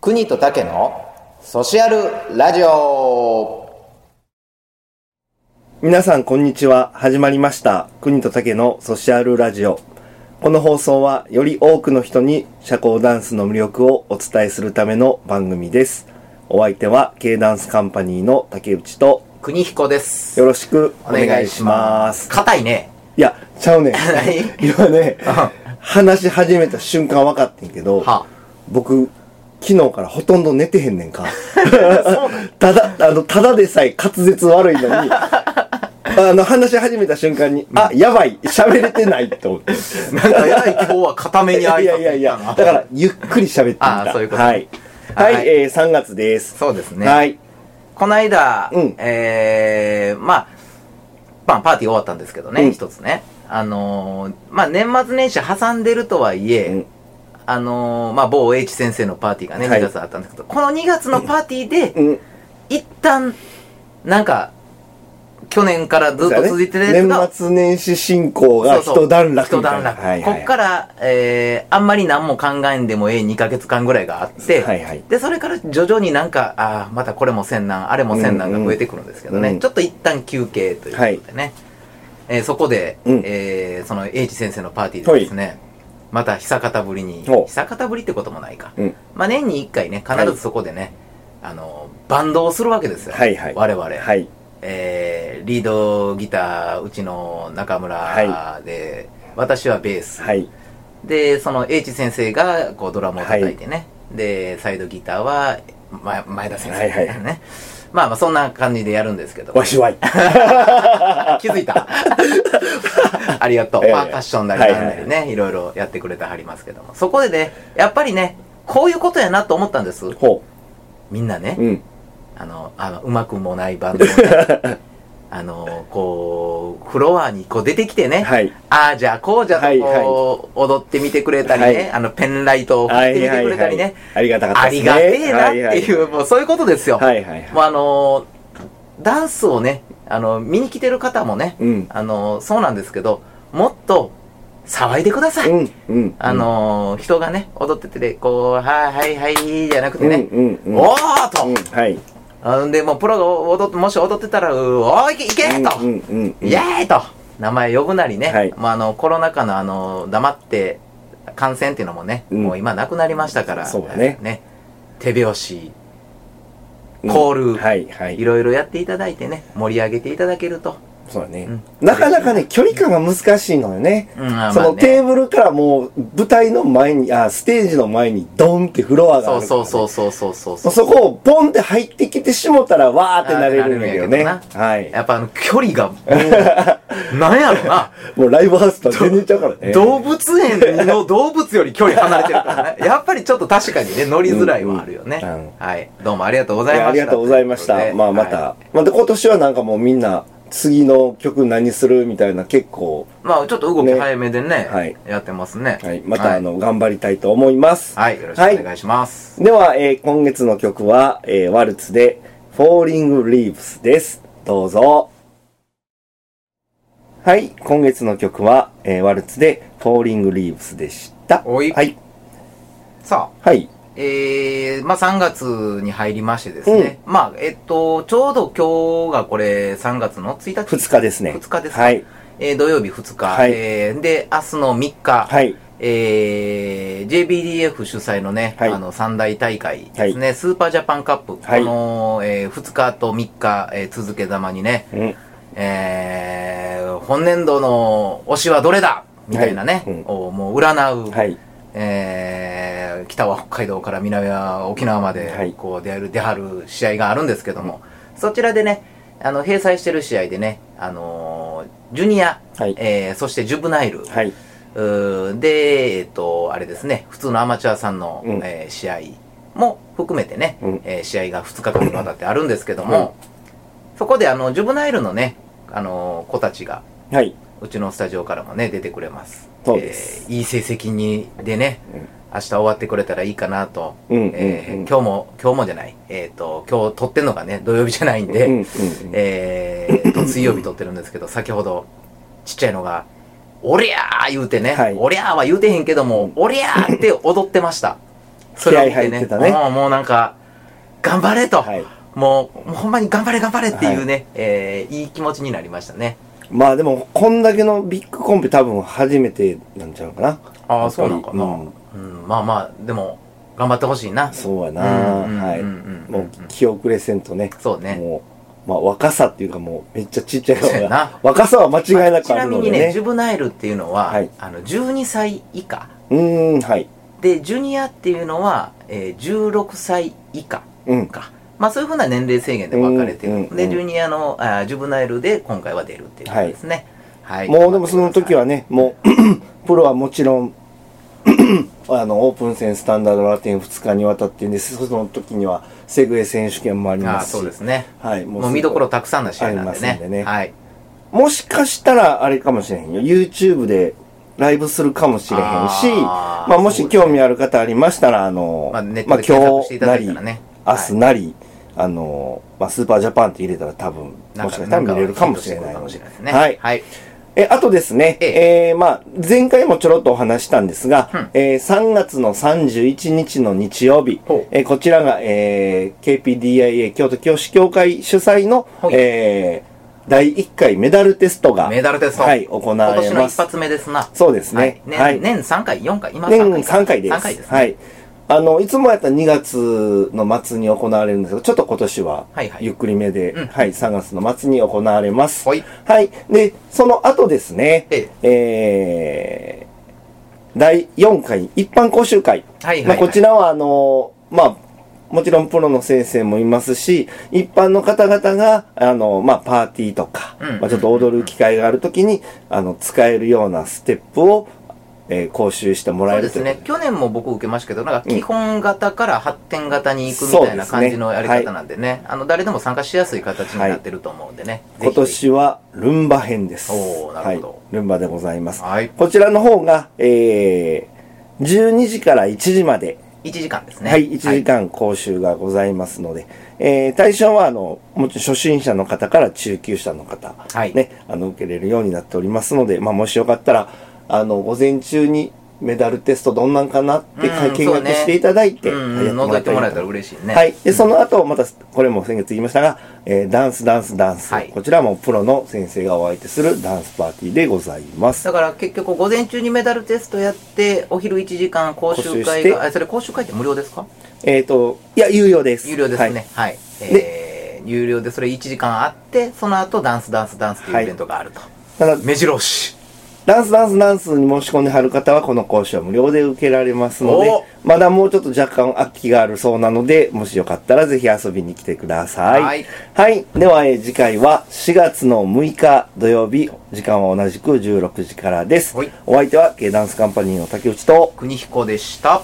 国と竹のソシャルラジオ皆さんこんにちは始まりました国と竹のソシャルラジオこの放送はより多くの人に社交ダンスの魅力をお伝えするための番組ですお相手は K ダンスカンパニーの竹内と国彦ですよろしくお願いします硬いねいやち ゃうねん今ねは話し始めた瞬間分かってんけどあ僕昨日からほとんど寝てへんね んかただあのただでさえ滑舌悪い のにあの話し始めた瞬間に、あやばい喋れてない と思ってなんかやらい今日は硬めいにや挨拶いやいやいやだからゆっくり喋ってみたあそういうことはい、ははいいえー、3月ですそうですね、はいこの間、うんえーまあまあパーティー終わったんですけどね、うん一つねあのーまあ年末年始挟んでるとはいえ、うんあのーまあ某 H 先生のパーティーがねは2い月あったんですけど、この2月のパーティーで、うん一旦なんか去年からずっと続いてるやつが年末年始進行が一段落一みた段いな落、はいはいこっから、えー、あんまり何も考えんでもええ2ヶ月間ぐらいがあって、はいはいでそれから徐々になんかああまたこれも千難あれも千難が増えてくるんですけどね、うんうんちょっと一旦休憩ということでね、えーそこで、うんえーその英治先生のパーティーでですね、また久方ぶりにほう久方ぶりってこともないか、うんまあ、年に1回ね必ずそこでね、あのバンドをするわけですよ、はいはい我々、はいえーリードギターうちの中村はで、私はベース、はいでその H 先生がこうドラムを叩いてね、でサイドギターは、ま、前田先生、ねはいはいまあまあそんな感じでやるんですけどわしわい気づい たありがとう、ええパーカッションなりなんなりね、いろいろやってくれてはりますけどもそこでねやっぱりねこういうことやなと思ったんですほみんなね、ううんあの、あの、うまくもないバンドをね あの、こう、フロアにこう出てきてね、はいああじゃあこうじゃとはいはいこう、踊ってみてくれたりね、はいあの、ペンライトを振ってみてくれたりね、ありがたかったあでりすねがてえなっていう、はもうそういうことですよ。はいはいはいもうあのーダンスをね、あの、見に来てる方もね、うんあのーそうなんですけど、もっと騒いでください。うんうんあのー人がね、踊ってて、こう、はいはいはい、じゃなくうてんね、うんうんおーと、うんはいあんで、もうプロが踊って、もし踊ってたら、うーおーいけ、いけと、うんうんうんイエーイと、名前呼ぶなりね、はいまあ、あの、コロナ禍のあの、黙って感染っていうのもね、うんもう今なくなりましたから、そうだね手拍子、うんコール、はいはいいろいろやっていただいてね、盛り上げていただけると。そうだねうんなかなかね距離感が難しいのよねうん、まあそまあのテーブルからもう舞台の前にあステージの前にドンってフロアがそうあるからねそうそうそうそうそうもうそこをポンって入ってきてしもたらわーってなれるんだけどねあーなるんやけはいやっぱあの、距離が、もう なんやろな。もうライブハウスとは全然ちゃうからね動物園 の動物より距離離れてるからね。やっぱりちょっと確かにね、乗りづらいはあるよね。うんうんはい。どうもありがとうございいましやた。ありがとうございましというこたとまであまはいたまあで今年はなんかもうみんな次の曲何するみたいな結構まあちょっと動き早めでね、はいやってますね。はい、またあの、頑張りたいと思います。はい。はい。よろしくお願いします。では、えー今月の曲は、えーワルツで、Falling Leaves です。どうぞ。はい、今月の曲は、えーワルツで、Falling Leaves でした。おいはい。さあ、はい。えー、まあ3月に入りましてですね。まあ、えっと、ちょうど今日がこれ3月の1日。 2日ですね。 2日ですかはい。えー土曜日2日。はいえーで、明日の3日。はい。えー、JBDF 主催のね、はいあの三大大会ですね、スーパージャパンカップ、はいこの、え2日と3日、えー続けざまにね、うん。えー本年度の推しはどれだみたいなね、はいうんをもう占う、はい。えー北は北海道から南は沖縄まはでいこう出る出はる試合があるんですけども、そちらでねあの閉鎖してる試合でね、あのージュニア、はいえーそしてジュブナイル、はい。うーで、えっ、と、あれですね、普通のアマチュアさんの、うんえー試合も含めてね、うんえー試合が2日間にわたってあるんですけども、そこであの、ジュブナイルのね、あのー子たちが、はい。うちのスタジオからもね、出てくれます。そうですえーいい成績に、でね、うん明日終わってくれたらいいかなと、うん。うん。えーうん今日も、今日もじゃない、えっ、と、今日撮ってんのがね、土曜日じゃないんで、うんうんうんえー、と水曜日撮ってるんですけど先ほどちっちゃいのが「おりゃー!」言うてね「はいおりゃー!」は言うてへんけども「おりゃー!」って踊ってましたそれを見て気合ね入ってたねもうもうなんか頑張れと、はいもうもうほんまに頑張れ頑張れっていうね、いえーいい気持ちになりましたねまあでも、こんだけのビッグコンペ多分初めてなんちゃうかな。ああそうなんかな、ううんんまあまあでも頑張ってほしいなそうやな、うんうんはい。うんうんうんもう気遅れせんとね。そうねもう、まあ若さっていうかもうめっちゃちっちゃいそう方やがな。若さ は間違いなくちあなるみのにでねね。ジュブナイルっていうのは、はいあの12歳以下うーん、はい。でジュニアっていうのは、えー16歳以下うん。かまあそういうふうな年齢制限で分かれてる、うんうんうんでジュニアのあージュブナイルで今回は出るっていうことですね、はいもうでもその時はね、もう、 プロはもちろん、あの、オープン戦、スタンダードラテン2日にわたってんです。その時には、セグウェイ選手権もありあまーすし。そうですねはい。ももう見どころたくさんの試合なんであねりますんでねはいもしかしたらあれかもしれへんよ。YouTube でライブするかもしれへんし、あーまあもし興味ある方ありましたら、あの、まあネットで検索していただいたらねまあ今日なり、明日なり、あの、まあスーパージャパンって入れたら多分、なんもかしかしたら見れるかもしれなかいのもしでれないですねはい。はいえ、あとですね、ええーまあ、前回もちょろっとお話ししたんですが、えー3月の31日の日曜日ほう、えーこちらが、えー KPDIA 京都教師協会主催の、はいえー第1回メダルテストが、メダルテストはい、行わ今れ年のま一す。発目ですなそうですはねい。。年、はい。年3回、4回、今年3回3回です。 3回ですねはい。あの、いつもやったら2月の末に行われるんですけど、ちょっと今年ははいはいゆっくりめで、うんはい、3月の末に行われます。はい。はい。で、その後ですね、ええー、第4回一般講習会。はいはいはいまあ、こちらは、あのーまあ、もちろんプロの先生もいますし、一般の方々が、あの、まあ、パーティーとか、うんまあ、ちょっと踊る機会があるときに、あの、使えるようなステップを、えー講習してもらそえうでるすということね。去年も僕受けましたけど、なんか基本型から発展型に行くみたいなそう感ですねじのやり方なんでね、あの、誰でも参加しやすい形になってると思うんでね。ぜ今ひぜ年はルンバ編です。おーなるほどはい。ルンバでございます。ひ。はい。こちらの方が、えー、12時から1時まで、 1時間ですね。はい、1時間講習がございますので、えー、対象は、あの、もちろん初心者の方から中級者の方、はいね、あの、受けれるようになっておりますので、まあ、もしよかったら、あの、午前中にメダルテストどんなんかなってうん見そう学ねしていただいて、うんはいやうん、覗いてもらえたとら嬉しいね。はい。で、その後、また、これも先月言いましたが、えーダンス、ダンス、ダンス。はいこちらもプロの先生がお相手するダンスパーティーでございます。だから結局午前中にメダルテストやって、お昼1時間講習講習し会てが、あそれ講習会って無料ですかえっ、と、いや、有料です。有料ですね。はい。えー、有料でそれ1時間あって、その後ダンスダンスダンスっていうイベントがあると。はい。ただ、目白押し。ダンスダンスダンスに申し込んではる方は、この講習は無料で受けられますのでお、まだもうちょっと若干空きがあるそうなので、もしよかったらぜひ遊びに来てください。はい。はい。では、えー次回は4月の6日土曜日、時間は同じく16時からです。はいお相手は、K ダンスカンパニーの竹内と、国彦でした。